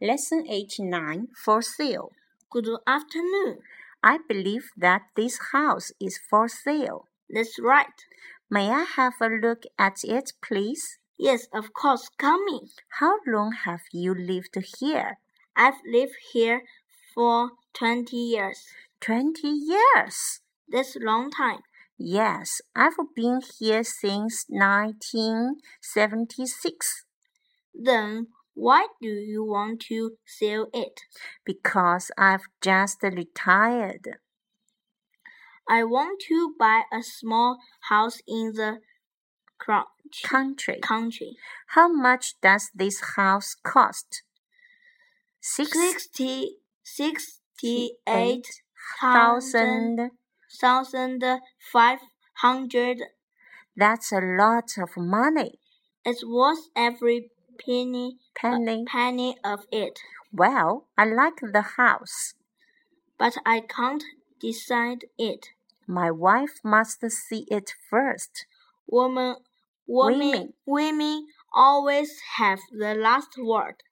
Lesson 89 for sale. Good afternoon. I believe that this house is for sale. That's right. May I have a look at it, please? Yes, of course, coming. How long have you lived here? I've lived here for 20 years. 20 years. That's a long time. Yes, I've been here since 1976 Then why do you want to sell it? because I've just retired. I want to buy a small house in the crunch Country. country. How much does this house cost? Six 60 68 thousand thousand. thousand five hundred. That's a lot of money. It's worth every penny uh, Penny. penny of it. Well, I like the house. But I can't decide it. My wife must see it first. Women, women, women always have the last word.